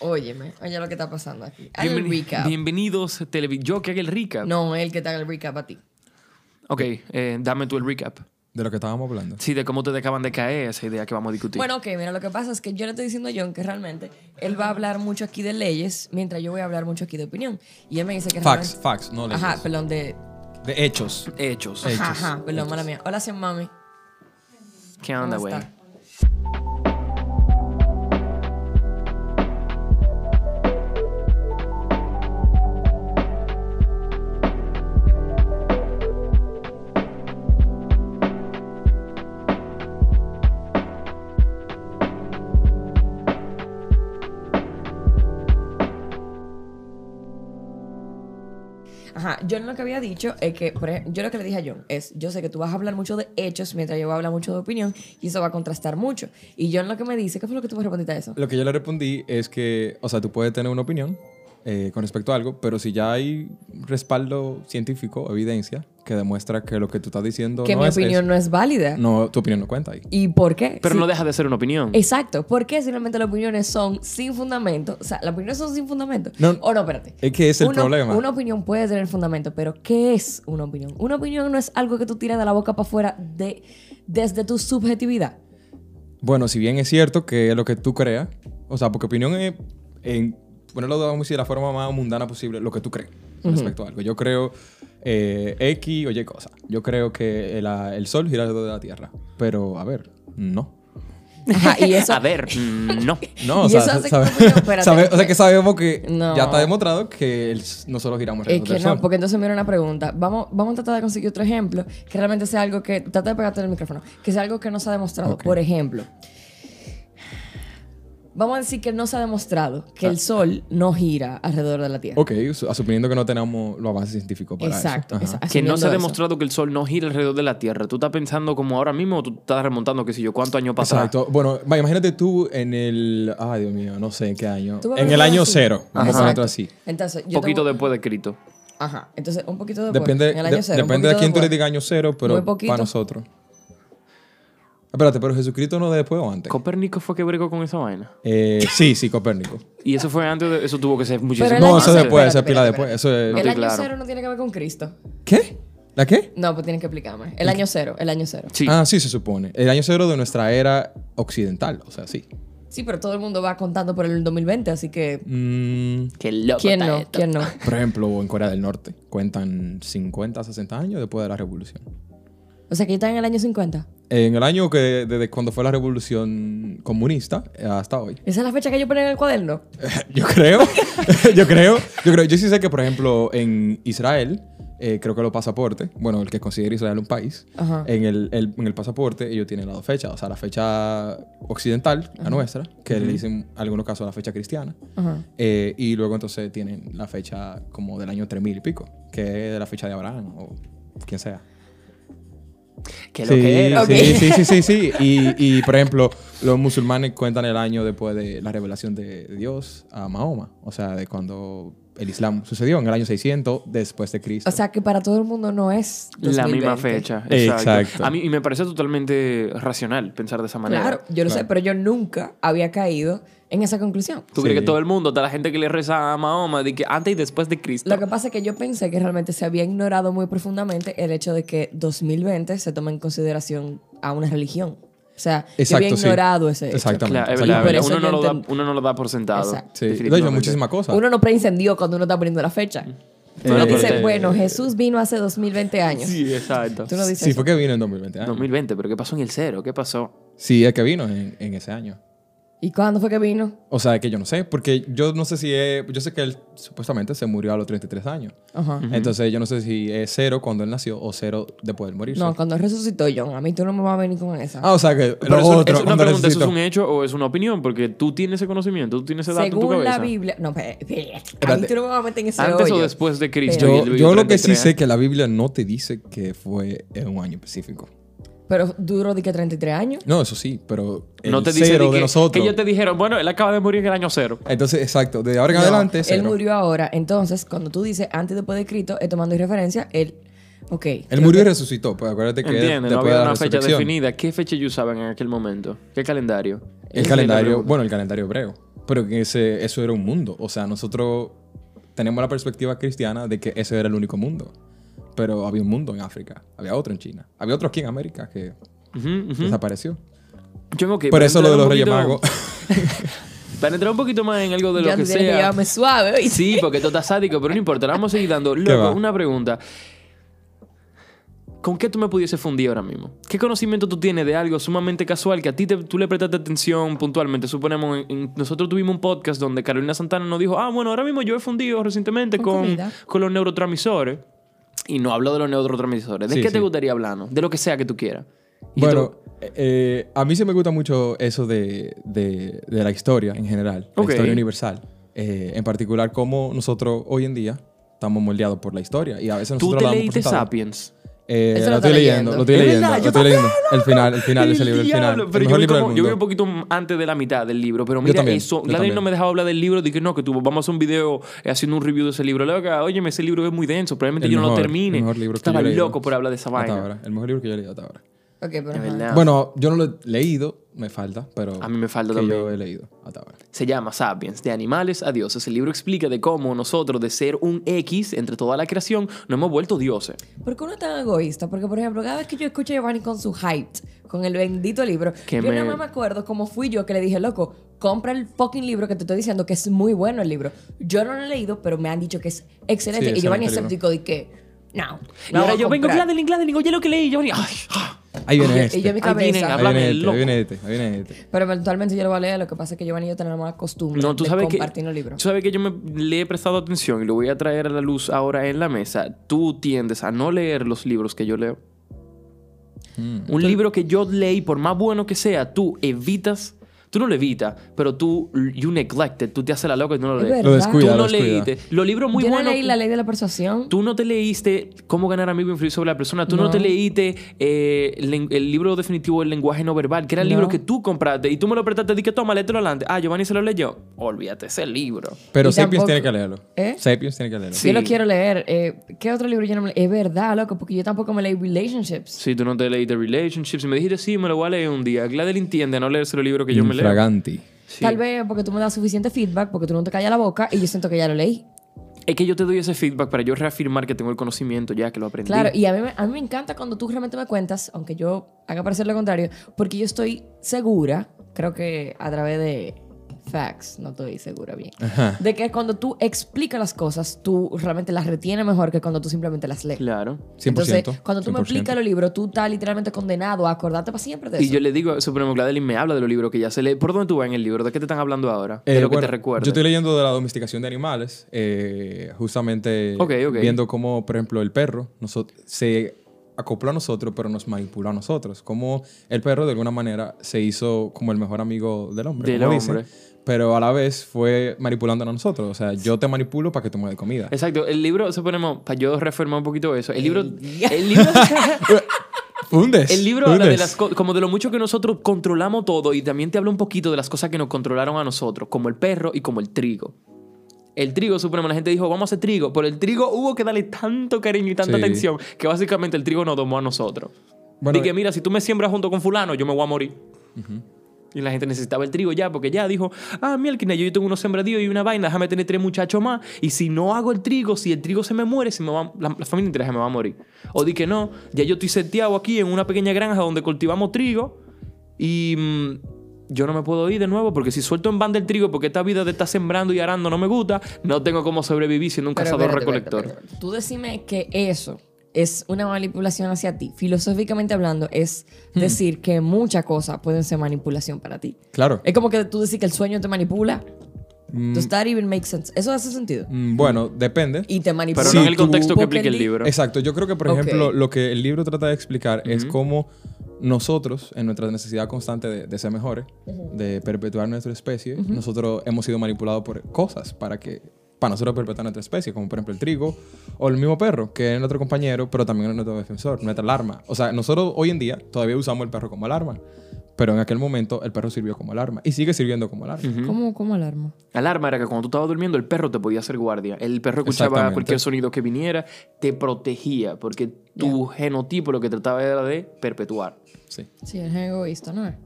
Óyeme, oye lo que está pasando aquí. Haz el Bienveni- recap. Bienvenidos, televi- yo que haga el recap. No, el que te haga el recap a ti. Ok, eh, dame tú el recap. De lo que estábamos hablando. Sí, de cómo te acaban de caer esa idea que vamos a discutir. Bueno, ok, mira, lo que pasa es que yo le estoy diciendo a John que realmente él va a hablar mucho aquí de leyes, mientras yo voy a hablar mucho aquí de opinión. Y él me dice que Facts, realmente- facts, no leyes. Ajá, perdón, de... De hechos. Hechos. Eh. Hechos, Ajá, ajá, perdón, mala mía. Hola, Sin Mami. ¿Qué onda, ¿Cómo güey? está? Ajá, yo lo que había dicho es que, por ej- yo lo que le dije a John es, yo sé que tú vas a hablar mucho de hechos mientras yo voy a hablar mucho de opinión y eso va a contrastar mucho. Y John lo que me dice, ¿qué fue lo que tú me respondiste a eso? Lo que yo le respondí es que, o sea, tú puedes tener una opinión eh, con respecto a algo, pero si ya hay respaldo científico, evidencia, que demuestra que lo que tú estás diciendo que no mi es opinión eso, no es válida. no, tu opinión no cuenta ahí. ¿Y por qué? Pero Sí. no deja de ser una opinión. Exacto, ¿por qué simplemente las opiniones son sin fundamento? O sea, las opiniones son sin fundamento. No, o no, espérate. es que es el Una- problema. Una opinión puede tener fundamento, pero ¿qué es una opinión? Una opinión no es algo que tú tiras de la boca para afuera de, desde tu subjetividad. Bueno, si bien es cierto que lo que tú creas, o sea, porque opinión es, en, ponerlo digamos, de la forma más mundana posible, lo que tú crees respecto a algo. Yo creo eh, X o Y cosa. Yo creo que el, el sol gira alrededor de la Tierra. Pero, a ver, no. Ajá, y eso... A ver, mm, no. No, o Y sea, eso hace que sabe- tu opinión- espérate, sabe- o sea, que- que sabemos que No. ya está demostrado que el- nosotros giramos Es alrededor que del no, sol. porque entonces mira una pregunta. Vamos, vamos a tratar de conseguir otro ejemplo que realmente sea algo que. Trata de pegarte en el micrófono. Que sea algo que no se ha demostrado. Ok. Por ejemplo, vamos a decir que no se ha demostrado que Ah. el sol no gira alrededor de la Tierra. Ok, su- asumiendo que no tenemos los avances científicos para Exacto. eso. esa- Ajá. Que no asumiendo se ha eso. demostrado que el sol no gira alrededor de la Tierra. ¿Tú estás pensando como ahora mismo o tú estás remontando qué sé yo cuántos años pasados? Exacto. Bueno, va, imagínate tú en el... Ay, Dios mío, no sé en qué año. Tú vas a En ver el algo año así. cero. Vamos a Exacto. ponerlo así. Entonces, yo Poquito tengo- después de Cristo. Ajá. Entonces, un poquito después. Depende, en el año de, cero, un depende de poquito quién tú le después. digas año cero, pero Muy poquito. para nosotros. Espérate, pero Jesucristo no de después o antes. Copérnico fue que bregó con esa vaina. Eh, sí, sí, Copérnico. Y eso fue antes, de, eso tuvo que ser muchísimo Pero el No, año eso cero- es después, eso es espérate, pila espérate, después, eso es- No El estoy año claro. cero no tiene que ver con Cristo. ¿Qué? ¿La qué? No, pues tienes que explicarme. El año cero, el año cero. Sí. Ah, sí, se supone. El año cero de nuestra era occidental, o sea, sí. Sí, pero todo el mundo va contando por el 2020, así que. Mm, Qué loco ¿Quién está no? esto. ¿Quién no? por ejemplo, en Corea del Norte cuentan 50, 60 años después de la revolución. O sea, que está en el año 50. En el año que desde cuando fue la revolución comunista hasta hoy. Esa es la fecha que yo ponía en el cuaderno. Yo creo, yo creo, yo creo. Yo sí sé que, por ejemplo, en Israel, eh, creo que los pasaportes, bueno, el que considera Israel un país, Ajá. en el, el- en el pasaporte ellos tienen las dos fechas, o sea, la fecha occidental, la nuestra, que le dicen en algunos casos la fecha cristiana, Ajá. eh, y luego entonces tienen la fecha como del año 3000 y pico, que es de la fecha de Abraham o quien sea. Qué lo que era. sí. Ok. sí, sí, sí, sí. Y, y, por ejemplo, los musulmanes cuentan el año después de la revelación de Dios a Mahoma, o sea, de cuando el Islam sucedió en el año 600 después de Cristo. O sea, que para todo el mundo no es. La 2020. misma fecha. Exacto. Exacto. A mí y me parece totalmente racional pensar de esa manera. Claro, yo lo sé, Claro. pero yo nunca había caído en esa conclusión. ¿Tú crees Sí. que todo el mundo, toda la gente que le reza a Mahoma, de que antes y después de Cristo? Lo que pasa es que yo pensé que realmente se había ignorado muy profundamente el hecho de que 2020 se toma en consideración a una religión. O sea, yo había sí. ignorado ese hecho. Exactamente. Claro, es exactamente. verdad, Por es verdad. eso Uno, yo no lo da, entend- uno no lo da por sentado. Exacto. Sí, de hecho, definitivamente. muchísimas cosas. Uno no preincendió cuando uno está poniendo la fecha. Eh, Uno pero dice, te- bueno, Jesús vino hace 2020 años. Sí, exacto. Tú no dices Sí, eso. fue que vino en 2020. ah. 2020, pero ¿qué pasó en el cero? ¿Qué pasó? Sí, es que vino en, en ese año. ¿Y cuándo fue que vino? O sea, que yo no sé, porque yo no sé si es, yo sé que él supuestamente se murió a los 33 años. Ajá. Entonces yo no sé si es cero cuando él nació o cero después de morirse. No, cuando resucitó John, a mí tú no me vas a venir con esa. Ah, o sea que Pero lo eso, otro, es una cuando pregunta, ¿eso es resucitó. un hecho o es una opinión? Porque tú tienes ese conocimiento, tú tienes ese dato en tu Según cabeza. la Biblia. No, espérate, espérate. A mí Espérate. tú no me vas a meter en ese ¿Antes o hoyo. después de Cristo? Yo, Y el yo lo que sí 33. sé que la Biblia no te dice que fue en un año específico. Pero duró de que 33 años. No, eso sí, pero el no te dice cero ni de que, que nosotros. ellos te dijeron, bueno, él acaba de morir en el año cero. Entonces, exacto, de ahora en No, adelante cero. Él murió ahora. Entonces, cuando tú dices antes y después de Cristo, es tomando en referencia, él. Ok. Él murió y resucitó, pues acuérdate que Entiendes, no después había de la una fecha resurrección. definida. ¿Qué fecha ellos usaban en aquel momento? ¿Qué calendario? El calendario, bueno, el calendario hebreo. Pero que ese, eso era un mundo. O sea, nosotros tenemos la perspectiva cristiana de que ese era el único mundo. Pero había un mundo en África, había otro en China, había otro aquí en América que Ujú, ujú. desapareció. Yo creo que Por para eso lo de entrar un los poquito- Reyes Magos. Para entrar un poquito más en algo de lo ya que tú tienes que sea. llevarme suave, ¿oíste? Sí, porque tú estás sádico, pero no importa. la Vamos a seguir dando. va? Loco, una pregunta. ¿Con qué tú me pudiese fundir ahora mismo? ¿Qué conocimiento tú tienes de algo sumamente casual que a ti te- tú le prestaste atención puntualmente? Suponemos, en- en- nosotros tuvimos un podcast donde Carolina Santana nos dijo, ah, bueno, ahora mismo yo he fundido recientemente Con con, comida. con los neurotransmisores. Y no habló de los neurotransmisores. ¿De Sí, qué te sí. gustaría hablarnos? De lo que sea que tú quieras. Y Bueno, tú- eh, a mí se me gusta mucho eso de, de- de la historia en general, Ok. la historia universal. Eh, en particular, cómo nosotros hoy en día estamos moldeados por la historia. Y a veces tú nosotros te la damos por leíste sentado. Sapiens. Eh, Eso lo lo estoy está leyendo, leyendo. lo estoy Es leyendo. verdad, lo yo estoy leyendo. El final, el final de ese libro, el diablo, final. pero el yo mejor vi, libro del como- yo vi un mundo. poquito antes de la mitad del libro, pero Yo mira también, eso. yo Gladys no también. me dejaba hablar del libro, dije no, que tú vamos a hacer un video eh, haciendo un review de ese libro. Loca, oye, ese libro es muy denso, probablemente El yo no lo mejor- termine. el mejor libro que Estaba yo he leído. loco por hablar de esa Hasta vaina. ahora, el mejor libro que yo he leído hasta ahora. Ok, pero De ajá. verdad. Bueno, yo no lo he leído, me falta, pero. A mí me falta que también. Yo he leído hasta ahora. Se llama Sapiens, de animales a dioses. El libro explica de cómo nosotros, de ser un X entre toda la creación, nos hemos vuelto dioses. ¿Por qué uno es tan egoísta? Porque, por ejemplo, cada vez que yo escucho a Giovanni con su hype, con el bendito libro, Que yo me- nada más me acuerdo cómo fui yo que le dije, loco, compra el fucking libro que te estoy diciendo que es muy bueno el libro. Yo no lo he leído, pero me han dicho que es excelente. Sí, y Giovanni excelente escéptico libro. de que, no. Y no voy ahora a yo vengo, comprar". Gladeline, Gladeline, oye lo que leí. Yo venía, ay, ah. Ahí Y- viene Y yo en este. mi Ahí viene, cabeza. ah. Ahí viene Háblame, este, loco. ahí viene este, ahí viene este. Pero eventualmente yo lo voy a leer. Lo que pasa es que Giovanni y yo tenemos la costumbre No, tú sabes de que. compartir los libros. Tú sabes que yo me le he prestado atención y lo voy a traer a la luz ahora en la mesa. Tú tiendes a no leer los libros que yo leo. Un libro que yo leí, por más bueno que sea, tú evitas. Tú no lo evitas, pero tú. You neglected. Tú te haces la loca y no Es lo lees. verdad. Lo tú descuida, no lo descuida. leíste. Los libros muy yo buenos. no leí la ley de la persuasión. Tú no te leíste Cómo ganar amigo e influir sobre la persona. Tú no, No. te leíste eh, el, len- el libro definitivo del lenguaje no verbal, que era el No. libro que tú compraste y tú me lo prestaste. Dije, toma, léetelo adelante. Ah, Giovanni se lo leyó. Olvídate ese libro. Pero Y Sapiens tampoco- tiene que leerlo. ¿Eh? Sapiens tiene que leerlo. Sí. Yo lo quiero leer. Eh, ¿Qué otro libro yo no me leí? Es verdad, loco, porque yo tampoco me leí Relationships. Si tú no te leíste Relationships y me dijiste, sí, me lo voy a leer un día. Gladeline tiende a no leerse los libros que yo me leo. Infraganti. Sí. Tal vez porque tú me das suficiente feedback, porque tú no te callas la boca y yo siento que ya lo leí. Es que yo te doy ese feedback para yo reafirmar que tengo el conocimiento ya, que lo aprendí. Claro, y a mí, me- a mí me encanta cuando tú realmente me cuentas, aunque yo haga parecer lo contrario, porque yo estoy segura, creo que a través de facts, no estoy segura bien, de que cuando tú explicas las cosas, tú realmente las retienes mejor que cuando tú simplemente las lees. Claro. 100%. Entonces, cuando tú me 100%. explicas los libros, tú estás literalmente condenado a acordarte para siempre de eso. Y yo le digo, Supremo Gladeline me habla de los libros que ya se lee. ¿Por dónde tú vas en el libro? ¿De qué te están hablando ahora? De Eh, lo que bueno, te recuerda. Yo estoy leyendo de la domesticación de animales, eh, justamente Ok, ok. viendo cómo, por ejemplo, el perro noso- se acopló a nosotros, pero nos manipuló a nosotros. Cómo el perro, de alguna manera, se hizo como el mejor amigo del hombre, Del como dicen, hombre. pero a la vez fue manipulándonos a nosotros. O sea, yo te manipulo para que tú me des comida. Exacto. El libro, suponemos, para yo reafirmar un poquito eso. El libro. Ya. El libro. ¡Fundes! El libro habla de fundes. las co- como de lo mucho que nosotros controlamos todo y también te habla un poquito de las cosas que nos controlaron a nosotros, como el perro y como el trigo. El trigo supremo, la gente dijo, vamos a hacer trigo. Por el trigo hubo que darle tanto cariño y tanta Sí. atención que básicamente el trigo nos domó a nosotros. Bueno, Dije, mira, si tú me siembras junto con fulano, yo me voy a morir. Y la gente necesitaba el trigo ya, porque ya dijo, ah, mira, Alquina, yo yo tengo unos sembradíos y una vaina, déjame tener tres muchachos más. Y si no hago el trigo, si el trigo se me muere, se me va, la, la familia entera se me va a morir. O di que no, ya yo estoy seteado aquí en una pequeña granja donde cultivamos trigo y mm, yo no me puedo ir de nuevo porque si suelto en banda el trigo porque esta vida de estar sembrando y arando no me gusta, no tengo cómo sobrevivir siendo un Pero cazador-recolector. espérate, espérate, espérate. Tú decime que eso es una manipulación hacia ti. Filosóficamente hablando, es Hmm. decir que muchas cosas pueden ser manipulación para ti. Claro. Es como que tú decir que el sueño te manipula. Mm. Does that even make sense? Eso hace sentido. Mm, Bueno, depende. Y te manipula. Pero Sí, no en el tú- contexto que porque aplica el el li- libro. Exacto, yo creo que por Ok. ejemplo lo que el libro trata de explicar es cómo nosotros, en nuestra necesidad constante de, de ser mejores, de perpetuar nuestra especie, nosotros hemos sido manipulados por cosas para que para nosotros perpetuar nuestra especie, como por ejemplo el trigo o el mismo perro, que es nuestro compañero, pero también es nuestro defensor, nuestra alarma. O sea, nosotros hoy en día todavía usamos el perro como alarma, pero en aquel momento el perro sirvió como alarma y sigue sirviendo como alarma. Mm. ¿Cómo, cómo alarma? Alarma era que cuando tú estabas durmiendo, el perro te podía hacer guardia. El perro escuchaba Exactamente. cualquier sonido que viniera, te protegía, porque tu genotipo lo que trataba era de perpetuar. Sí. Sí, es egoísta, ¿no es?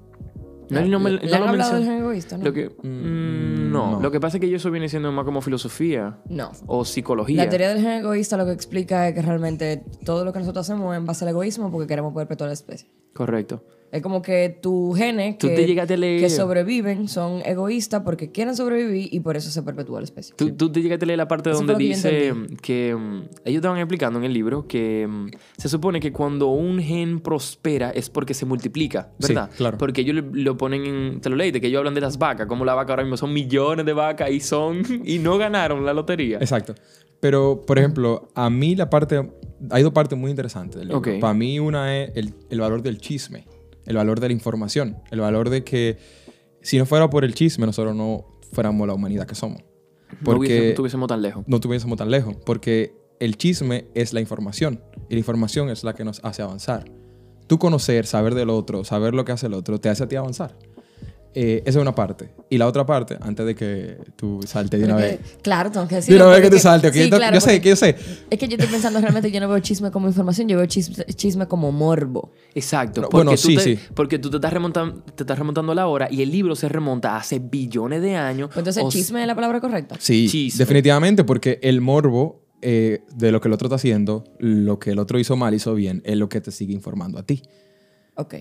No, no me- ¿Le- no le han lo hablado del menciono. gen egoísta? No. Lo que, mm, no. no. lo que pasa es que eso viene siendo más como filosofía No. o psicología. La teoría del gen egoísta lo que explica es que realmente todo lo que nosotros hacemos es en base al egoísmo porque queremos perpetuar la especie. Correcto. Es como que tus genes Tú que, te llegaste a leer. que sobreviven son egoístas porque quieren sobrevivir y por eso se perpetúa la especie. Tú, tú te llegaste a leer la parte Eso fue donde lo que yo dice entendí. que mm, ellos estaban explicando en el libro que mm, se supone que cuando un gen prospera es porque se multiplica, Sí, ¿verdad? claro. Porque ellos le- lo ponen en, te lo leí, de que ellos hablan de las vacas, como la vaca ahora mismo son millones de vacas y son y no ganaron la lotería. Exacto. Pero, por ejemplo, a mí la parte... Hay dos partes muy interesantes del libro. Ok. Para mí una es el, el valor del chisme, el valor de la información, el valor de que si no fuera por el chisme nosotros no fuéramos la humanidad que somos. No hubiese- no Porque estuviésemos tan lejos. no estuviésemos tan lejos. Porque el chisme es la información. Y la información es la que nos hace avanzar. Tú conocer, saber del otro, saber lo que hace el otro, te hace a ti avanzar. Eh, esa es una parte. Y la otra parte, antes de que tú salte de una Porque- vez. Claro, tengo que De decirlo. una vez que porque- tú saltes, ok. sí, Yo- claro, yo sé, porque- que yo sé. Es que yo estoy pensando realmente, yo no veo chisme como información, yo veo chisme, chisme como morbo. Exacto. No, porque bueno, tú sí, te, sí. Porque tú te estás, remontando, te estás remontando a la hora y el libro se remonta hace billones de años. Pues Entonces, o chisme es la palabra correcta. Sí, Chisme. definitivamente, porque el morbo eh, de lo que el otro está haciendo, lo que el otro hizo mal, hizo bien, es lo que te sigue informando a ti. Ok.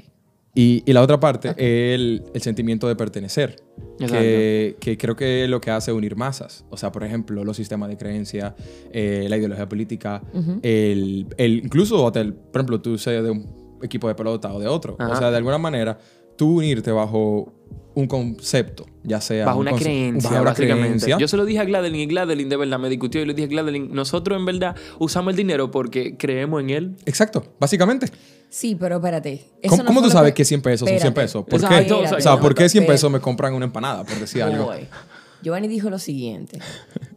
Y, y la otra parte es el, el sentimiento de pertenecer, que, que creo que es lo que hace unir masas. O sea, por ejemplo, los sistemas de creencia, eh, la ideología política, el, el- incluso, hasta el- por ejemplo, tú seas de un equipo de pelota o de otro. Ajá. O sea, de alguna manera, tú unirte bajo un concepto, ya sea... Bajo un una conce- creencia, bajo una básicamente. creencia. Yo se lo dije a Gladeline y Gladeline de verdad me discutió y le dije a Gladeline, nosotros en verdad usamos el dinero porque creemos en él. Exacto, básicamente. Sí, pero espérate. eso ¿Cómo, no cómo fue tú lo sabes que 100 pesos son 100 Espérate. pesos? ¿Por qué? Exacto, o exacto. sea, ¿por qué 100 Espérate. eh, pesos me compran una empanada, por decir algo? Voy. Giovanni dijo lo siguiente,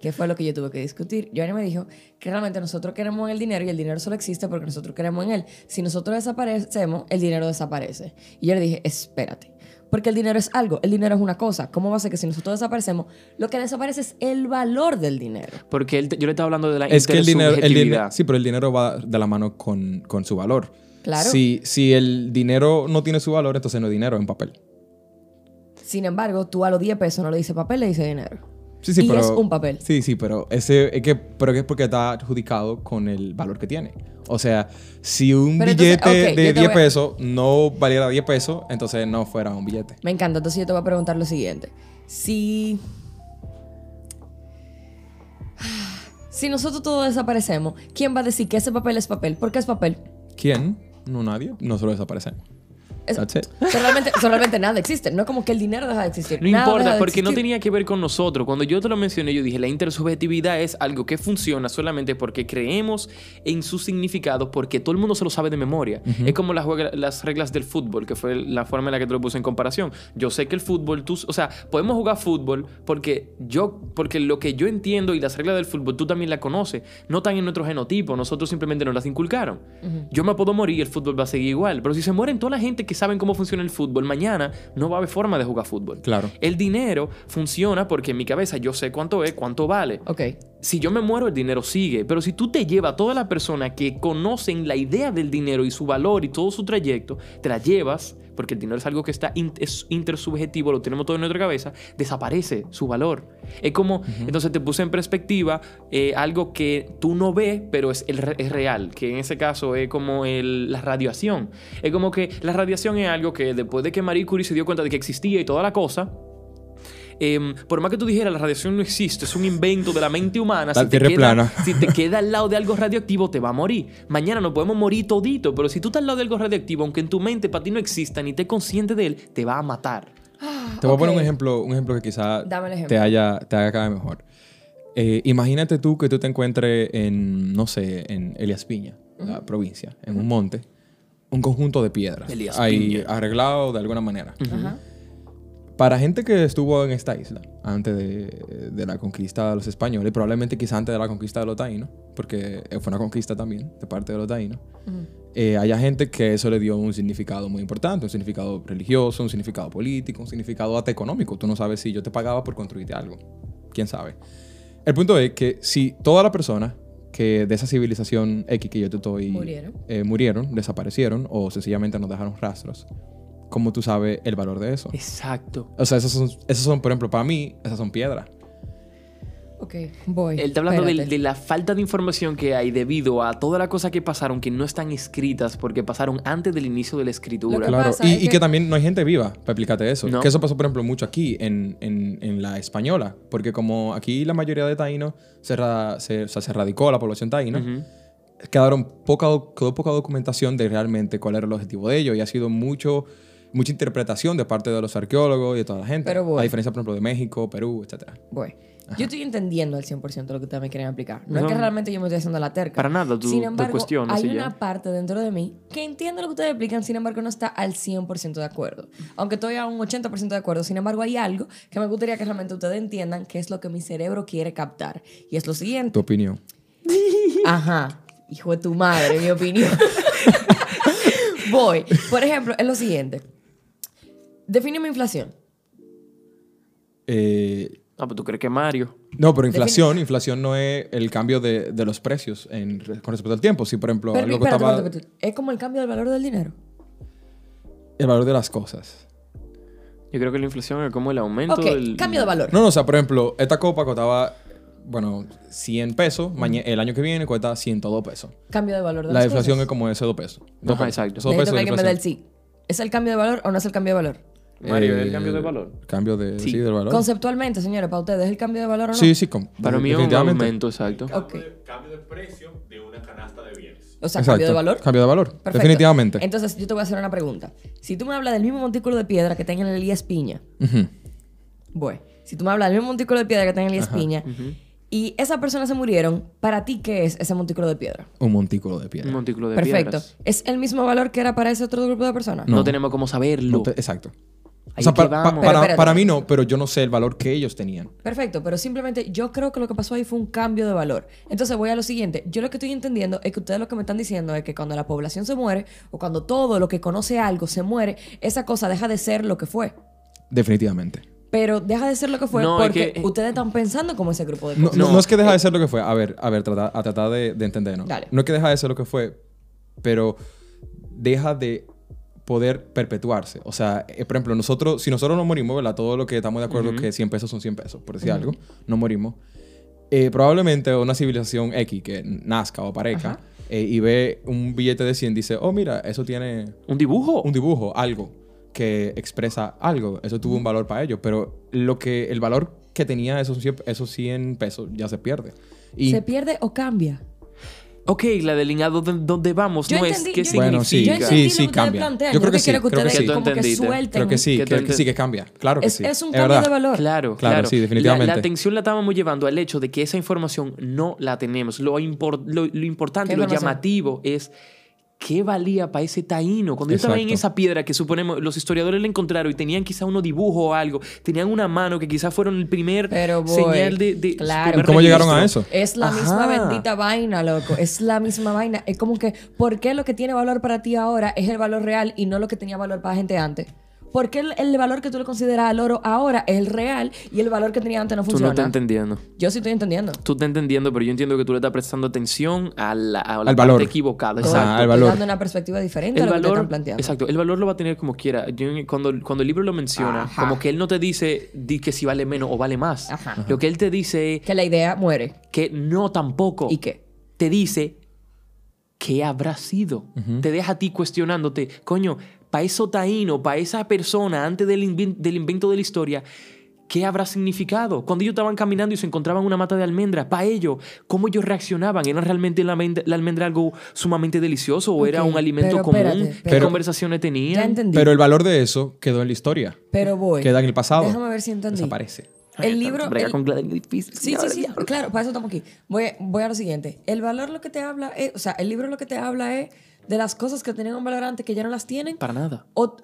que fue lo que yo tuve que discutir. Giovanni me dijo que realmente nosotros queremos el dinero y el dinero solo existe porque nosotros queremos en él. Si nosotros desaparecemos, el dinero desaparece. Y yo le dije, espérate, porque el dinero es algo, el dinero es una cosa. ¿Cómo va a ser que si nosotros desaparecemos, lo que desaparece es el valor del dinero? Porque él, te- yo le estaba hablando de la Es que el dinero, el dinero... intersubjetividad. Sí, pero el dinero va de la mano con, con su valor. Claro. Si, si el dinero no tiene su valor, entonces no es dinero, en papel. Sin embargo, tú a los 10 pesos no le dices papel, le dices dinero. Sí, sí, Y pero... es un papel. Sí, sí, pero, ese, es que, pero que es porque está adjudicado con el valor que tiene. O sea, si un Pero billete entonces, ok, de yo te 10 voy a- pesos no valiera 10 pesos, entonces no fuera un billete. Me encanta. Entonces yo te voy a preguntar lo siguiente. Si... Si nosotros todos desaparecemos, ¿quién va a decir que ese papel es papel? ¿Por qué es papel? ¿Quién? No nadie. Nosotros desaparecemos. Es- That's it. So, realmente, so, realmente nada existe. No es como que el dinero deja de existir. No Nada deja importa, de porque no existir. tenía que ver con nosotros. Cuando yo te lo mencioné, yo dije, la intersubjetividad es algo que funciona solamente porque creemos en su significado, porque todo el mundo se lo sabe de memoria. Es como las, juega- las reglas del fútbol, que fue la forma en la que te lo puse en comparación. Yo sé que el fútbol, tú, o sea, podemos jugar fútbol porque yo, porque lo que yo entiendo y las reglas del fútbol, tú también las conoces. No están en nuestro genotipo, nosotros simplemente nos las inculcaron. Yo me puedo morir y el fútbol va a seguir igual. Pero si se mueren toda la gente que saben cómo funciona el fútbol, mañana no va a haber forma de jugar fútbol. Claro. El dinero funciona porque en mi cabeza yo sé cuánto es, cuánto vale. Ok. Si yo me muero, el dinero sigue. Pero si tú te llevas a todas las personas que conocen la idea del dinero y su valor y todo su trayecto, te la llevas, porque el dinero es algo que está in- es intersubjetivo, lo tenemos todo en nuestra cabeza, desaparece su valor. Es como, entonces te puse en perspectiva eh, algo que tú no ves, pero es, el re- es real, que en ese caso es como el- la radiación. Es como que la radiación es algo que después de que Marie Curie se dio cuenta de que existía y toda la cosa, Em, por más que tú dijeras, la radiación no existe, es un invento de la mente humana. La si, te Tierra es queda, plana. si te queda al lado de algo radioactivo, te va a morir. Mañana nos podemos morir todito, pero si tú estás al lado de algo radioactivo, aunque en tu mente para ti no exista ni te consciente de él, te va a matar. Te voy a poner Ok. un ejemplo, un ejemplo que quizá Dame el ejemplo. te haya te haga cada vez mejor. Eh, imagínate tú que tú te encuentres en, no sé, en Elias Piña, la provincia, en un monte, un conjunto de piedras. Elías ahí Piña. arreglado de alguna manera. Ajá. Para gente que estuvo en esta isla antes de, de la conquista de los españoles, probablemente quizá antes de la conquista de los taínos, porque eh, fue una conquista también de parte de los taínos, eh, haya gente que eso le dio un significado muy importante, un significado religioso, un significado político, un significado hasta económico. Tú no sabes si yo te pagaba por construirte algo. ¿Quién sabe? El punto es que si toda la persona que de esa civilización X que yo te estoy... Murieron. eh, murieron, desaparecieron o sencillamente nos dejaron rastros, cómo tú sabes el valor de eso. Exacto. O sea, esos son, esos son, por ejemplo, para mí, esas son piedras. Ok, voy. Él está hablando de, Espérate. de la falta de información que hay debido a todas las cosas que pasaron que no están escritas porque pasaron antes del inicio de la Lo escritura. que Claro, pasa y, es y que... que- también no hay gente viva para explicarte eso. No. Que eso pasó, por ejemplo, mucho aquí en, en- en la española. Porque como aquí la mayoría de taínos se, ra- se, o sea, se radicó la población taína, Ujú. quedaron poca, doc- quedó poca documentación de realmente cuál era el objetivo de ellos. Y ha sido mucho, mucha interpretación de parte de los arqueólogos y de toda la gente. Pero bueno. A diferencia, por ejemplo, de México, Perú, etcétera. Voy. Yo estoy entendiendo al 100% lo que ustedes me quieren aplicar. No, es No. que realmente yo me estoy haciendo la terca. Para nada, tú- Sin tú embargo, cuestionas hay y ya. una parte dentro de mí que entiende lo que ustedes explican, sin embargo, no está al 100% de acuerdo. Aunque estoy a un 80% de acuerdo, sin embargo, hay algo que me gustaría que realmente ustedes entiendan, que es lo que mi cerebro quiere captar. Y es lo Tu siguiente. opinión. Ajá. Hijo de tu madre, mi opinión. Voy. Por ejemplo, es lo siguiente. Define mi inflación. Eh, Ah, pero tú crees que Mario. no, pero inflación, inflación no es el cambio de, de los precios en- con respecto al tiempo. Si, por ejemplo, Pero, algo espérate, costaba- espérate, espérate. Es como el cambio del valor del dinero. el valor de las cosas. Yo creo que la inflación es como el aumento Ok, del... cambio de valor. No, no, o sea, por ejemplo, esta copa costaba, bueno, 100 pesos. maña- el año que viene cuesta 102 pesos. Cambio de valor de La las inflación es cosas. como ese 2 pesos. Dos Ajá, pesos. exacto. Esos dos Necesito pesos que de alguien me dé el inflación. sí. ¿Es el cambio de valor o no es el cambio de valor? Mario, ¿es el Eh, cambio de valor? Cambio de, sí. Sí. del valor. Conceptualmente, señores, para ustedes, ¿es el cambio de valor o no? Sí, sí, con- Para mí es un definitivamente. aumento, exacto. Ok. Cambio, de, cambio de precio de una canasta de bienes. O sea, Exacto. cambio de valor. Cambio de valor, Perfecto. definitivamente. Entonces, yo te voy a hacer una pregunta. Si tú me hablas del mismo montículo de piedra que está en el Elías Piña, Ujú. bueno, si tú me hablas del mismo montículo de piedra que está en el Elías Piña, y esas personas se murieron, ¿para ti qué es ese montículo de piedra? Un montículo de piedra. Un montículo de Perfecto. piedras. ¿Es el mismo valor que era para ese otro grupo de personas? No, No. tenemos cómo saberlo. No te- exacto. Ahí o sea, es que pa- pa- vamos. para, Pero espérate. para mí no, pero yo no sé el valor que ellos tenían. Perfecto, pero simplemente yo creo que lo que pasó ahí fue un cambio de valor. Entonces voy a lo siguiente. Yo lo que estoy entendiendo es que ustedes lo que me están diciendo es que cuando la población se muere o cuando todo lo que conoce algo se muere, esa cosa deja de ser lo que fue. Definitivamente. Pero deja de ser lo que fue No, es porque que- eh, ustedes están pensando como ese grupo de No, cosas. Eh, no- No. no es que deja de ser lo que fue. A ver, a ver, trata- a tratar de, de entendernos. Dale. No es que deja de ser lo que fue, pero deja de poder perpetuarse. O sea, eh, por ejemplo, nosotros, si nosotros no morimos, ¿verdad? Todo lo que estamos de acuerdo que 100 pesos son 100 pesos, por decir algo, no morimos. Eh, probablemente una civilización X que nazca o parezca eh, y ve un billete de 100 dice, oh, mira, eso tiene ¿Un dibujo? un dibujo, algo que expresa algo. Eso tuvo un valor para ellos, pero lo que el valor que tenía esos 100, esos 100 pesos ya se pierde. Y ¿Se pierde o cambia? Ok, la delineada donde, donde vamos Yo no entendí- es qué yo- Bueno, sí, Yo significa. entendí sí, lo sí, que ustedes cambia. plantean. Yo creo que que quiero sí, creo que ustedes sí. como Que tú que entendiste. suelten. creo que sí, Que que, tú que entiendes. sí que cambia. Claro que Es, sí. es un es cambio verdad. de valor. Claro, Claro, claro. sí, La- La, definitivamente. atención la estábamos llevando al hecho de que esa información no la tenemos. Lo, impor- lo, lo importante, ¿Qué lo información? llamativo es qué valía para ese taíno. Cuando yo estaba en Exacto. esa piedra que suponemos los historiadores la encontraron y tenían quizá unos dibujos o algo, tenían una mano que quizá fueron el primer Pero voy. señal de... de Claro. primer ¿Cómo llegaron registro. a eso? Es la Ajá. misma bendita vaina, loco. Es la misma vaina. Es como que, ¿por qué lo que tiene valor para ti ahora es el valor real y no lo que tenía valor para la gente antes? ¿Por qué el, el valor que tú le consideras al oro ahora es el real y el valor que tenía antes no Tú no funciona? estás entendiendo. Yo sí estoy entendiendo. Tú estás entendiendo, pero yo entiendo que tú le estás prestando atención a la, a la Al parte valor. equivocada. Ajá, Exacto. al Ah, valor. Estoy dando una perspectiva diferente a el lo que te valor, están planteando. exacto, el valor lo va a tener como quiera. Yo, cuando, cuando el libro lo menciona, Ajá. como que él no te dice di que si vale menos o vale más. Ajá. Lo que él te dice es Que la idea muere. que no tampoco. ¿Y qué? Te dice qué habrá sido. Te deja a ti cuestionándote, coño, para eso taíno, para esa persona antes del, invin- del invento de la historia, ¿qué habrá significado? Cuando ellos estaban caminando y se encontraban una mata de almendra, para ellos, ¿cómo ellos reaccionaban? ¿Era realmente la, almend- la almendra algo sumamente delicioso o era Ok, un alimento pero común? espérate, ¿Qué espérate. conversaciones tenían? Ya entendí. Pero el valor de eso quedó en la historia. Pero voy. Queda en el pasado. Déjame ver si entendí. Desaparece. El libro. Brega el- con Gladys difícil. Sí, sí, sí, claro, para eso estamos aquí. Voy, voy a lo siguiente. El valor lo que te habla es, o sea, el libro lo que te habla es de las cosas que tenían un valor antes que ya no las tienen. Para nada. O,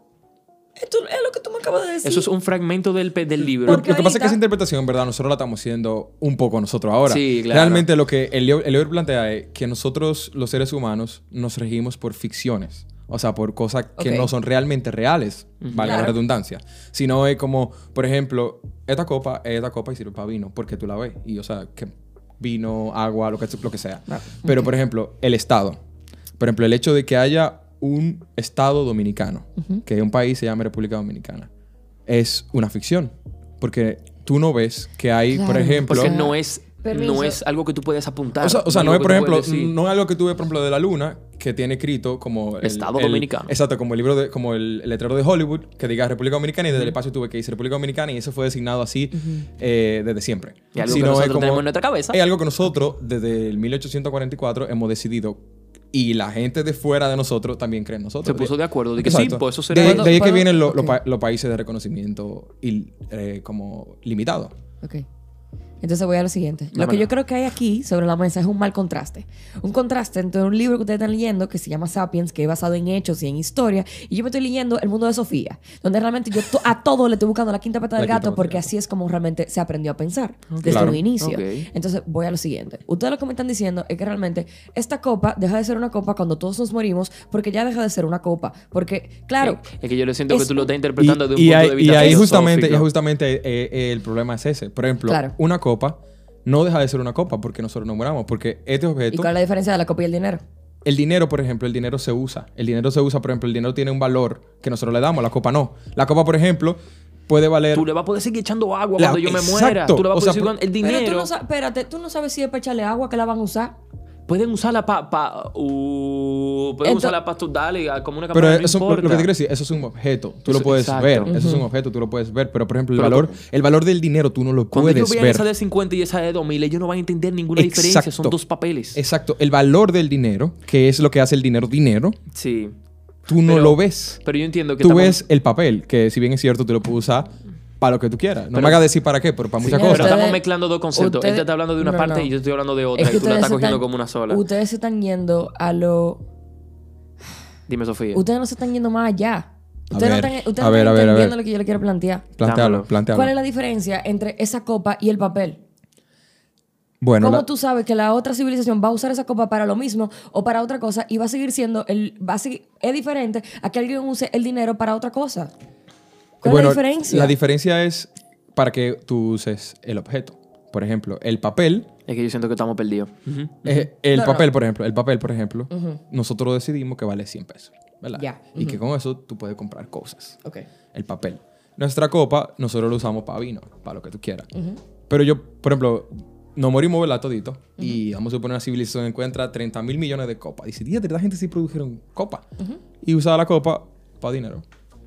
esto es lo que tú me acabas de decir. Eso es un fragmento del, pe- del libro. Lo, Porque lo que pasa es ahorita- que esa interpretación, en ¿verdad? Nosotros la estamos haciendo un poco nosotros ahora. Sí, claro. Realmente lo que el libro el libro plantea es que nosotros, los seres humanos, nos regimos por ficciones. O sea, por cosas que Ok. no son realmente reales, valga la Claro. redundancia. Sino es como, por ejemplo, esta copa es esta copa y sirve para vino, porque tú la ves. Y, o sea, que vino, agua, lo que, lo que sea. Pero, por ejemplo, el Estado. Por ejemplo, el hecho de que haya un estado dominicano, que un país se llama República Dominicana, es una ficción. Porque tú no ves que hay, por Claro. ejemplo... Porque Pues no es, no Permiso. es algo que tú puedes apuntar. O sea, o sea, no es, algo por que tú ejemplo, puedes decir. no es algo que tuve, por ejemplo, de la luna, que tiene escrito como... Estado Dominicano. Exacto, como el libro de, como el, el letrero de Hollywood, que diga República Dominicana, y desde el espacio tuve que decir República Dominicana, y eso fue designado así eh, desde siempre. Y algo Si que no, es nosotros tenemos en nuestra cabeza. Es algo que nosotros, desde el 1844, hemos decidido. Y la gente de fuera de nosotros también cree en nosotros. Se puso de acuerdo de que sí, pues eso será. sería... De, Cuando- de ahí que cuando- vienen lo- lo ok. pa- los países de reconocimiento y, eh, como limitado. Ok. Entonces voy a lo siguiente. Dámela. Lo que yo creo que hay aquí sobre la mesa es un mal contraste. Un contraste entre un libro que ustedes están leyendo que se llama Sapiens, que es basado en hechos y en historia, y yo me estoy leyendo El mundo de Sofía, donde realmente yo to- a todo le estoy buscando la quinta pata La del quinta gato pata porque del gato. así es como realmente se aprendió a pensar desde Claro. un inicio. Ok. Entonces voy a lo siguiente. Ustedes lo que me están diciendo es que realmente esta copa deja de ser una copa cuando todos nos morimos porque ya deja de ser una copa. Porque, claro, Es que yo lo siento que Es tú lo un- estás interpretando de un y punto ahí, de y vista ahí filosófico. justamente, y justamente eh, eh, el problema es ese. Por ejemplo, Claro. una copa no deja de ser una copa porque nosotros no moramos. Porque este ¿y objeto, cuál es la diferencia de la copa y el dinero? el dinero, por ejemplo, el dinero se usa. El dinero se usa, por ejemplo, el dinero tiene un valor que nosotros le damos, la copa no. La copa, por ejemplo, puede valer... Tú le vas a poder seguir echando agua La- cuando yo me exacto. muera. Tú le vas a O poder sea, seguir por- con el Pero tú dinero. no, sa- espérate, tú no sabes si es para echarle agua que la van a usar. Pueden usarla para... Pa, uh, pueden Ento- usarla para estudiar como una cámara. Pero no eso, lo importa. que te quiero decir, eso es un objeto, tú lo Eso- puedes exacto. ver, eso es un objeto, tú lo puedes ver, pero por ejemplo, el Pero- valor, el valor del dinero tú no lo Cuando ellos puedes vean ver. esa de 50 y esa de 2000, ellos no van a entender ninguna diferencia. Son Exacto. dos papeles. Exacto, el valor del dinero, que es lo que hace el dinero dinero, Sí. tú no Pero- lo ves. Pero yo entiendo que... tú estamos- ves el papel, que si bien es cierto, tú lo puedes usar para lo que tú quieras. No Pero- me hagas decir para qué, pero para muchas Señor, Pero cosas. ustedes- estamos mezclando dos conceptos. Él te ustedes- está hablando de una no, parte no. y yo estoy hablando de otra. Es que y tú la ustedes estás se cogiendo están- como una sola. Ustedes se están yendo a lo. Dime, Sofía. Ustedes no se están yendo más allá. A Ustedes no ver, están, ustedes a no ver, están a ver, a ver. entendiendo lo que yo le quiero plantear. Plantealo, Dámelo. plantealo. ¿Cuál es la diferencia entre esa copa y el papel? Bueno, ¿Cómo la- tú sabes que la otra civilización va a usar esa copa para lo mismo o para otra cosa y va a seguir siendo el. Va a seguir, es diferente a que alguien use el dinero para otra cosa? ¿Cuál bueno, es la diferencia? la diferencia es para que tú uses el objeto. Por ejemplo, el papel. Es que yo siento que estamos perdidos. Ujú. eh, el No, no. papel, por ejemplo, el papel, por ejemplo, nosotros decidimos que vale 100 pesos, ¿verdad? Ya, Y que con eso tú puedes comprar cosas. Ok. el papel. Nuestra copa, nosotros lo usamos para vino, para lo que tú quieras. Pero yo, por ejemplo, nos morimos, ¿verdad? Todito. Y vamos a suponer una civilización encuentra 30 mil millones de copas. Dice, día, la gente sí produjeron copa. Y usaba la copa para dinero.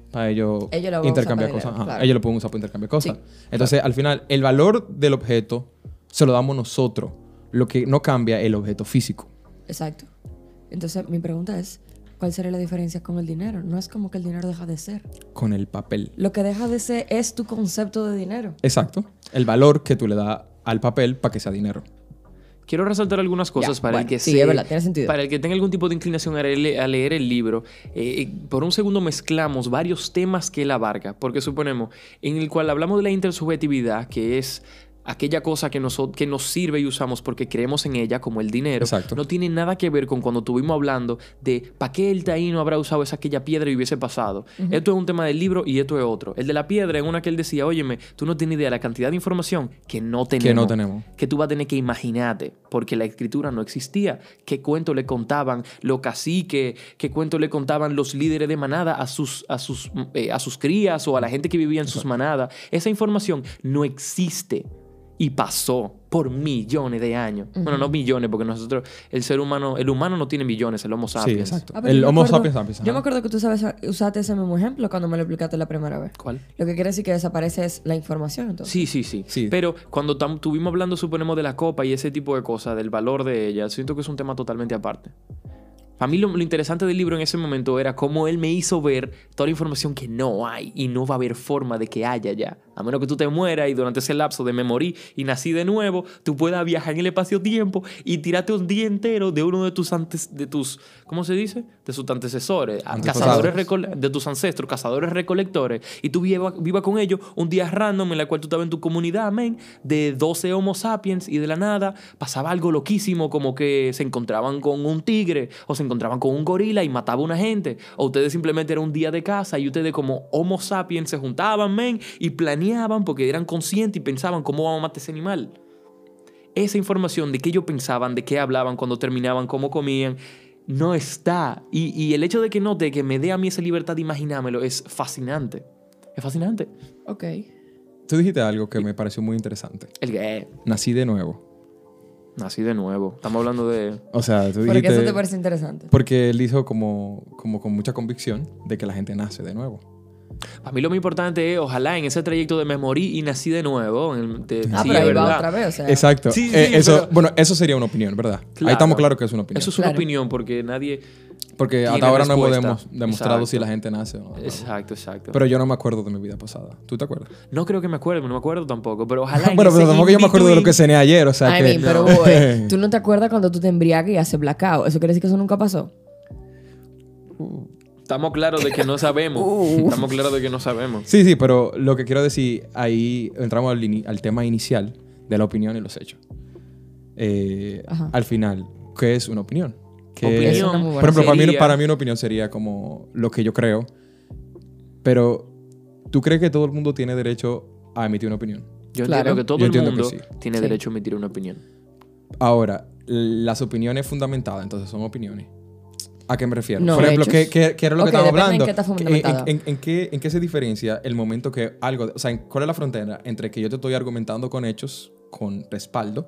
Para ellos, Ellos la van a usar intercambiar pa' cosas. dinero, Ajá, claro. Ellos lo pueden usar para intercambiar cosas. Entonces, al final, el valor del objeto se lo damos nosotros. Lo que no cambia es el objeto físico. Exacto. Entonces, mi pregunta es: ¿cuál sería la diferencia con el dinero? No es como que el dinero deja de ser. Con el papel. Lo que deja de ser es tu concepto de dinero. Exacto. El valor que tú le das al papel para que sea dinero. Quiero resaltar algunas cosas para el bueno, que sí, se- es verdad, tiene sentido. Para el que tenga algún tipo de inclinación a leer, a leer el libro, eh, por un segundo mezclamos varios temas que él abarca, porque suponemos en el cual hablamos de la intersubjetividad, que es aquella cosa que, noso- que nos sirve y usamos porque creemos en ella, como el dinero, Exacto. no tiene nada que ver con cuando estuvimos hablando de ¿para qué el taíno habrá usado esa aquella piedra y hubiese pasado? Esto es un tema del libro y esto es otro. El de la piedra es una que él decía, óyeme, tú no tienes idea de la cantidad de información que no tenemos. Que no tenemos. Que tú vas a tener que imaginarte, porque la escritura no existía. ¿Qué cuento le contaban los caciques? ¿Qué cuento le contaban los líderes de manada a sus, a sus, mm, eh, a sus crías o a la gente que vivía en sus manadas? Esa información no existe y pasó por millones de años. Bueno, no millones, porque nosotros, el ser humano, el humano no tiene millones, el Homo sapiens. exacto. Ah, pero El yo me Homo acuerdo- sapiens sapiens, Yo ajá. me acuerdo que tú sabes, usaste ese mismo ejemplo cuando me lo explicaste la primera vez. ¿Cuál? Lo que quiere decir que desaparece es la información, entonces. Sí, sí, sí, Sí. Pero cuando tam- estuvimos hablando, suponemos, de la copa y ese tipo de cosas, del valor de ella, siento que es un tema totalmente aparte. A mí lo, lo interesante del libro en ese momento era cómo él me hizo ver toda la información que no hay y no va a haber forma de que haya ya. A menos que tú te mueras y durante ese lapso de me morí y nací de nuevo, tú puedas viajar en el espacio-tiempo y tirarte un día entero de uno de tus antes, de tus, ¿cómo se dice? De sus antecesores, a- Antepasados. cazadores recole- de tus ancestros, cazadores recolectores, y tú viva, viva con ellos un día random en la cual tú estabas en tu comunidad, amén, de 12 homo sapiens y de la nada pasaba algo loquísimo como que se encontraban con un tigre o se encontraban con un gorila y mataba a una gente, o ustedes simplemente era un día de casa y ustedes como homo sapiens se juntaban, men, y planeaban porque eran conscientes y pensaban cómo vamos a matar ese animal esa información de qué ellos pensaban, de qué hablaban, cuando terminaban, cómo comían, no está. Y, y el hecho de que no, de que me dé a mí esa libertad de imaginármelo, es fascinante. Es fascinante. Ok. Tú dijiste algo que me pareció muy interesante. El que eh, Nací de nuevo. nací de nuevo. Estamos hablando de. O sea, tú Porque dijiste... eso te parece interesante. Porque él hizo como, como con mucha convicción de que la gente nace de nuevo. Para mí lo más importante es, ojalá en ese trayecto de me morí y nací de nuevo. en el- de- Ah, sí, pero ahí es va verdad. otra vez, o sea. Exacto. Sí, sí, Eh, eso, pero- Bueno, eso sería una opinión, ¿verdad? Claro. Ahí estamos claros que es una opinión. Eso es una Claro. opinión porque nadie. Porque hasta tiene ahora no hemos respuesta. demos- demostrado Exacto. si la gente nace o no. Exacto, exacto. Pero yo no me acuerdo de mi vida pasada. ¿Tú te acuerdas? no creo que me acuerde, no me acuerdo tampoco. Pero ojalá. en bueno, ese pero tampoco yo me acuerdo de lo que in-between- cené ayer, o sea I que... mean, pero boy, tú no te acuerdas cuando tú te embriagas y haces blackout. Eso quiere decir que eso nunca pasó. Estamos claros de que no sabemos. Uh. Estamos claros de que no sabemos. Sí, sí, pero lo que quiero decir, ahí entramos al, ini- al tema inicial de la opinión y los hechos. Eh, Ajá. al final, ¿qué es una opinión? ¿Qué- Opinión Eso no es muy bueno. por ejemplo, para mí, sería- para mí una opinión sería como lo que yo creo, pero ¿tú crees que todo el mundo tiene derecho a emitir una opinión? Yo Claro. entiendo que todo Yo el entiendo que mundo sí. tiene Sí. derecho a emitir una opinión. Ahora, las opiniones fundamentadas, entonces son opiniones. ¿A qué me refiero? No, Por ejemplo, ¿qué, hechos. qué- qué era lo Ok, que estaba depende en hablando? qué está fundamentada. en- en qué, en qué se diferencia el momento que algo... O sea, en- ¿cuál es la frontera entre que yo te estoy argumentando con hechos, con respaldo,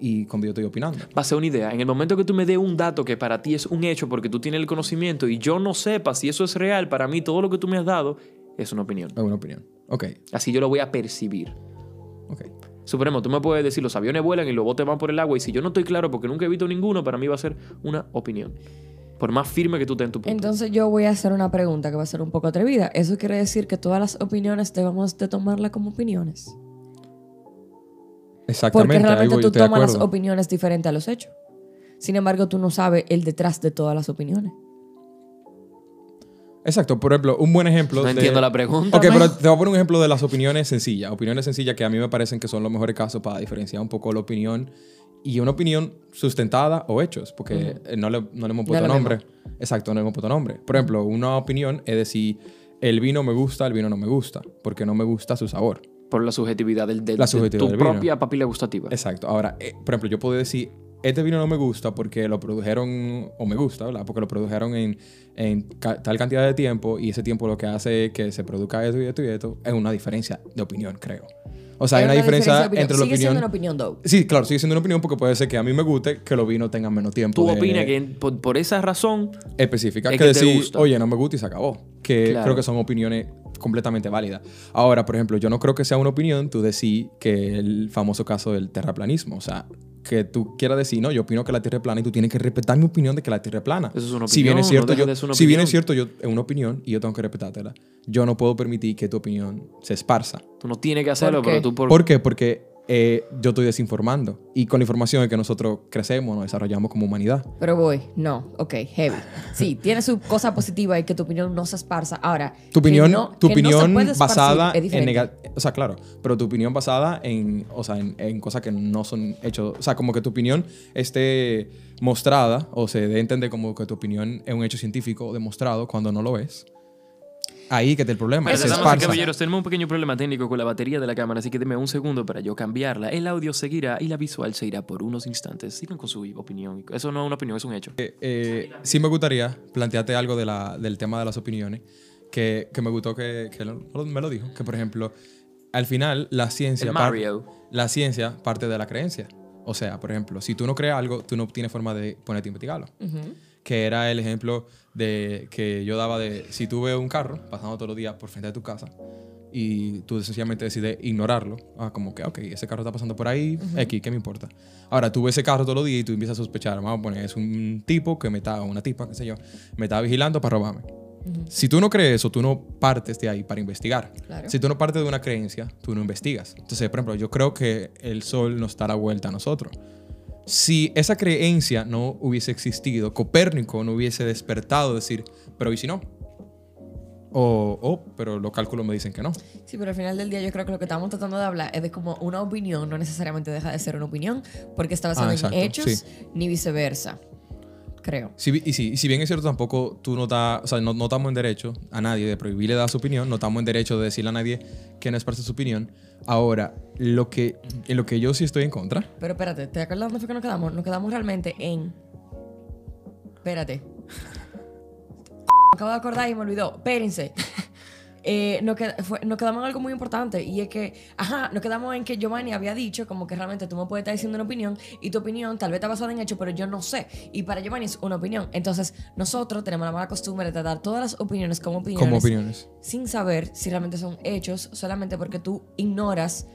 y cuando yo estoy opinando? Va a ser una idea. En el momento que tú me des un dato que para ti es un hecho porque tú tienes el conocimiento y yo no sepa si eso es real, para mí todo lo que tú me has dado es una opinión. Es una opinión. Ok, Así yo lo voy a percibir. ok. Supremo, tú me puedes decir los aviones vuelan y los botes van por el agua y si yo no estoy claro porque nunca he visto ninguno, para mí va a ser una opinión. Por más firme que tú estés en tu punto. Entonces yo voy a hacer una pregunta que va a ser un poco atrevida. ¿Eso quiere decir que todas las opiniones debemos de tomarlas como opiniones? Exactamente. Porque realmente algo yo tú estoy de tomas las acuerdo. opiniones diferentes a los hechos. Sin embargo, tú no sabes el detrás de todas las opiniones. Exacto, por ejemplo, un buen ejemplo. No de- entiendo la pregunta, Ok, man. pero te voy a poner un ejemplo de las opiniones sencillas. Opiniones sencillas que a mí me parecen que son los mejores casos para diferenciar un poco la opinión y una opinión sustentada o hechos, porque eh, no, le, no le hemos puesto lo nombre. Exacto, no le hemos puesto nombre. Por ejemplo, una opinión es decir, el vino me gusta, el vino no me gusta, porque no me gusta su sabor. Por la subjetividad del, del- La de subjetividad tu del vino. propia papila gustativa. Exacto. Ahora, eh, por ejemplo, yo puedo decir, este vino no me gusta porque lo produjeron, o me gusta, ¿verdad? Porque lo produjeron en, en ca- tal cantidad de tiempo y ese tiempo lo que hace es que se produzca esto y esto y esto. Es una diferencia de opinión, creo. O sea, hay una, diferencia, de opinión. entre la Sigue opinión... siendo una opinión, though. Sí, claro, sigue siendo una opinión porque puede ser que a mí me guste que los vinos tengan menos tiempo. Tú de- opinas que en- por, por esa razón específicas Es que, que te decir, gusta. oye, no me gusta y se acabó. Que Claro. creo que son opiniones completamente válidas. Ahora, por ejemplo, yo no creo que sea una opinión tú decir que el famoso caso del terraplanismo, o sea, que tú quieras decir, no, yo opino que la Tierra es plana y tú tienes que respetar mi opinión de que la Tierra es plana. Eso es una Si bien opinión, es cierto, no deja yo, de ser una si bien opinión. es cierto, yo es una opinión y yo tengo que respetártela. Yo no puedo permitir que tu opinión se esparza. tú no tienes que hacerlo, ¿Por qué? pero tú por... ¿Por qué? Porque eh, yo estoy desinformando y con la información es que nosotros crecemos, nos desarrollamos como humanidad. Pero voy, no, ok, heavy. Sí, tiene su cosa positiva y que tu opinión no se esparza. Ahora, Tu que opinión, no- tu que no se opinión puede esparcir basada es en diferente. nega- O sea, claro. Pero tu opinión basada en, o sea, en, en cosas que no son hechos. O sea, como que tu opinión esté mostrada o se dé a entender como que tu opinión es un hecho científico o demostrado cuando no lo es. Ahí que está el problema. Pero Se damas y esparza. caballeros, tenemos un pequeño problema técnico con la batería de la cámara, así que deme un segundo para yo cambiarla. El audio seguirá y la visual se irá por unos instantes. Sigan con su opinión. Eso no es una opinión, es un hecho. Eh, sí me gustaría plantearte algo de la- del tema de las opiniones que, que me gustó que, que lo- lo- me lo dijo. Que, por ejemplo, al final la ciencia... El par- Mario. La ciencia parte de la creencia. O sea, por ejemplo, si tú no crees algo, tú no tienes forma de ponerte a investigarlo. Que era el ejemplo de que yo daba de si tú ves un carro pasando todos los días por frente de tu casa y tú sencillamente decides ignorarlo, ah, como que, ok, ese carro está pasando por ahí, X, ¿qué me importa? Ahora tú ves ese carro todos los días y tú empiezas a sospechar, vamos a poner, es un tipo que me está, o una tipa, qué sé yo, me está vigilando para robarme. Si tú no crees eso, tú no partes de ahí para investigar. Claro. Si tú no partes de una creencia, tú no investigas. Entonces, por ejemplo, yo creo que el sol nos da la vuelta a nosotros. Si esa creencia no hubiese existido, Copérnico no hubiese despertado decir, pero ¿y si no? O, oh, pero los cálculos me dicen que no. Sí, pero al final del día yo creo que lo que estamos tratando de hablar es de como una opinión no necesariamente deja de ser una opinión porque está basada Ah, en exacto, hechos sí. ni viceversa. Creo. Si bi- y, si, y si bien es cierto, tampoco tú no da- o sea, no, no estamos en derecho a nadie de prohibirle dar su opinión, no estamos en derecho de decirle a nadie que no esparce su opinión. Ahora, lo que, en lo que yo sí estoy en contra, Pero espérate, ¿te acuerdas dónde fue que nos quedamos? Nos quedamos realmente en espérate. Acabo de acordar y me olvidó. Espérense. Eh, nos, qued- fue- nos quedamos en algo muy importante y es que, ajá, nos quedamos en que Giovanni había dicho como que realmente tú me puedes estar diciendo una opinión y tu opinión tal vez está basada en hechos, pero yo no sé. Y para Giovanni es una opinión. Entonces, nosotros tenemos la mala costumbre de tratar todas las opiniones como opiniones. Como opiniones. Sin saber si realmente son hechos, solamente porque tú ignoras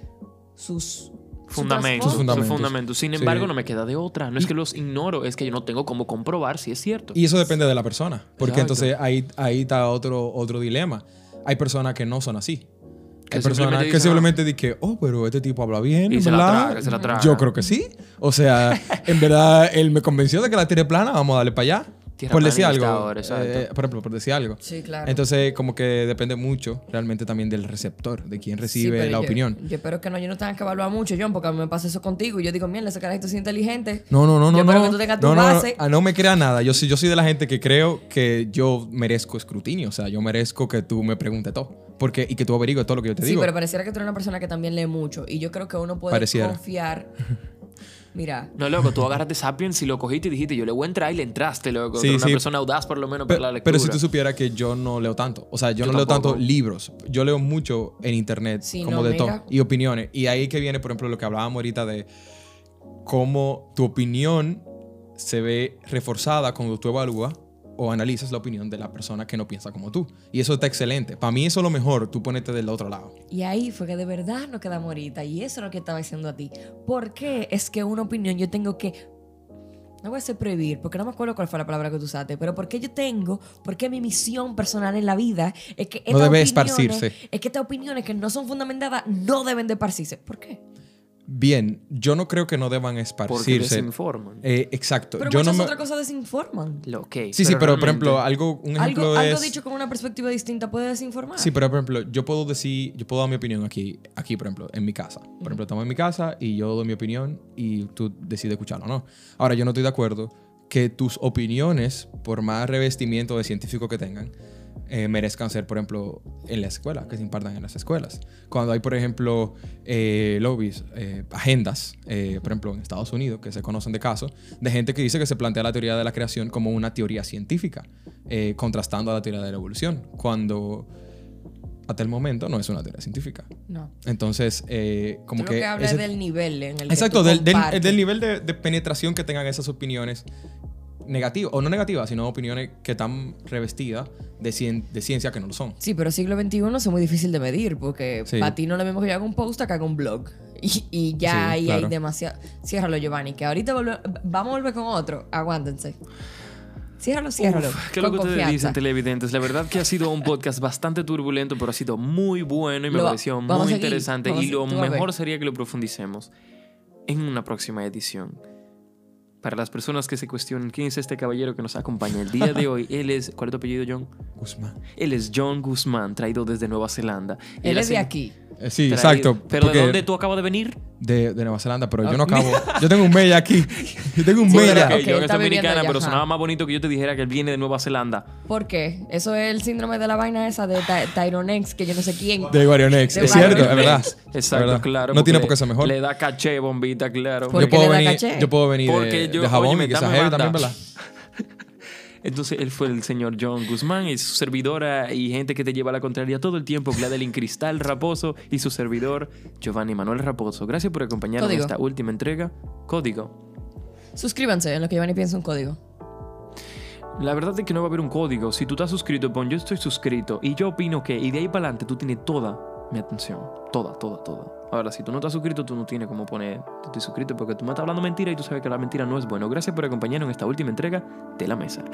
sus su Fundamentos, Sus trasfondo. sus fundamentos. fundamentos. Sin Sí. embargo, no me queda de otra. No es que los ignoro, es que yo no tengo cómo comprobar si es cierto. Y eso depende de la persona. Porque Exacto. entonces ahí, ahí está otro, otro dilema. Hay personas que no son así. Que Hay personas simplemente que dicen, "Ah". simplemente dicen, oh, pero este tipo habla bien, Y se la ¿verdad? traga, se la traga. Yo creo que sí. O sea, en verdad, él me convenció de que la tire plana, vamos a darle para allá. Tierra por decir algo. planista ahora, exacto. Eh, por ejemplo, por decir algo. Sí, claro. Entonces, como que depende mucho realmente también del receptor, de quién Sí, recibe pero la yo- opinión. Yo espero que no, yo no tenga que evaluar mucho, John, porque a mí me pasa eso contigo. Y yo digo, mierda, ese carajito es inteligente. No, no, no, no. Yo espero no. que tú tengas tu no, no, no. base. Ah, No, me crea nada. Yo soy, yo soy de la gente que creo que yo merezco escrutinio. O sea, yo merezco que tú me preguntes todo. Porque, y que tú averigues todo lo que yo te sí, digo. pero pareciera que tú eres una persona que también lee mucho. Y yo creo que uno puede Pareciera. confiar. Mira, No, loco, tú agarraste Sapiens y lo cogiste y dijiste, yo le voy a entrar y le entraste, loco. Sí, Tú eres una sí. persona audaz, por lo menos, Pe- para la pero, lectura. si tú supieras que yo no leo tanto. O sea, yo, Yo no leo tampoco. tanto libros. Yo leo mucho en internet, Sí, como no, de mira. todo. Y opiniones. Y ahí que viene, por ejemplo, lo que hablábamos ahorita de cómo tu opinión se ve reforzada cuando tú evalúas o analizas la opinión de la persona que no piensa como tú. Y eso está excelente. Para mí eso es lo mejor, tú ponete del otro lado. y ahí fue que de verdad nos quedamos ahorita. Y eso es lo que estaba diciendo a ti. ¿Por qué es que una opinión yo tengo que. No voy a hacer prohibir, porque no me acuerdo cuál fue la palabra que tú usaste, pero porque yo tengo, porque mi misión personal en la vida es que estas debe opiniones- esparcirse. Es que estas opiniones que no son fundamentadas no deben de esparcirse. ¿Por qué? Bien, yo no creo que no deban Porque esparcirse. desinforman. Eh, exacto. Pero yo no muchas me- otras cosas desinforman. Lo- ok, Sí, sí, pero por realmente- ejemplo, algo, un ejemplo Algo, es... algo dicho con una perspectiva distinta puede desinformar. Sí, pero por ejemplo, yo puedo decir, yo puedo dar mi opinión aquí, aquí por ejemplo, en mi casa. Por ejemplo, estamos en mi casa y yo doy mi opinión y tú decides escucharlo o no. Ahora, yo no estoy de acuerdo que tus opiniones, por más revestimiento de científico que tengan, eh, merezcan ser, por ejemplo, en la escuela, que se impartan en las escuelas. Cuando hay, por ejemplo, eh, lobbies, eh, agendas, eh, por ejemplo, en Estados Unidos, que se conocen de casos, de gente que dice que se plantea la teoría de la creación como una teoría científica, eh, contrastando a la teoría de la evolución. Cuando hasta el momento no es una teoría científica. No. Entonces, eh, como Tú lo que hablas ese- del nivel en el exacto, que tú del, del- compartes. del nivel de, de penetración que tengan esas opiniones negativas, o no negativas, sino opiniones que están revestidas de, cien- de ciencia que no lo son. Sí, pero siglo XXI es muy difícil de medir porque Sí. para ti no es lo mismo que yo haga un post a que haga un blog. Y, y ya Sí, ahí hay claro. demasiado. Ciérralo, Giovanni, que ahorita volve- vamos a volver con otro. Aguántense. Ciérralo, ciérralo. Uf, ¿Qué es lo con que ustedes confianza. dicen, televidentes? La verdad que ha sido un podcast bastante turbulento, pero ha sido muy bueno y me Lo- pareció vamos a muy seguir, interesante. vamos a Y lo seguir, tú vas a ver. mejor sería que lo profundicemos en una próxima edición. Para las personas que se cuestionen quién es este caballero que nos acompaña el día de hoy, él es. ¿Cuál es tu apellido, John? Guzmán. Él es John Guzmán, traído desde Nueva Zelanda. Él es de ha sido aquí. Eh, sí, traído- exacto. ¿Pero porque de dónde tú acabas de venir? De, de Nueva Zelanda, pero yo no acabo. yo tengo un mella aquí. Yo tengo un Sí, mella. pero- Ok, ok, yo que está viviendo soy dominicana, allá, pero ajá. sonaba más bonito que yo te dijera que él viene de Nueva Zelanda. ¿Por qué? Eso es el síndrome de la vaina esa de Ty- Tyronex, que yo no sé quién. De Guarionex. De Es cierto, es Guarionex. verdad. es Exacto, verdad. claro. No tiene por porque qué ser mejor. Le da caché, bombita, claro. ¿Por Yo qué puedo, le da venir, caché? yo puedo venir Porque de, yo- de jabón óyeme, y que sea dame heavy banda. también, ¿verdad? Entonces él fue el señor John Guzmán y su servidora y gente que te lleva a la contraria todo el tiempo, Gladeline Cristal Raposo y su servidor Giovanni Manuel Raposo. Gracias por acompañarnos en Código. esta última entrega. Código. Suscríbanse en lo que Giovanni piensa un código. La verdad es que no va a haber un código. Si tú estás suscrito, pon yo estoy suscrito y yo opino que, y de ahí para adelante tú tienes toda mi atención. Toda, toda, toda. Ahora, si tú no estás suscrito, tú no tienes cómo poner "Yo estoy suscrito porque tú me estás hablando mentira y tú sabes que la mentira no es bueno. Gracias por acompañarnos en esta última entrega de La Mesa.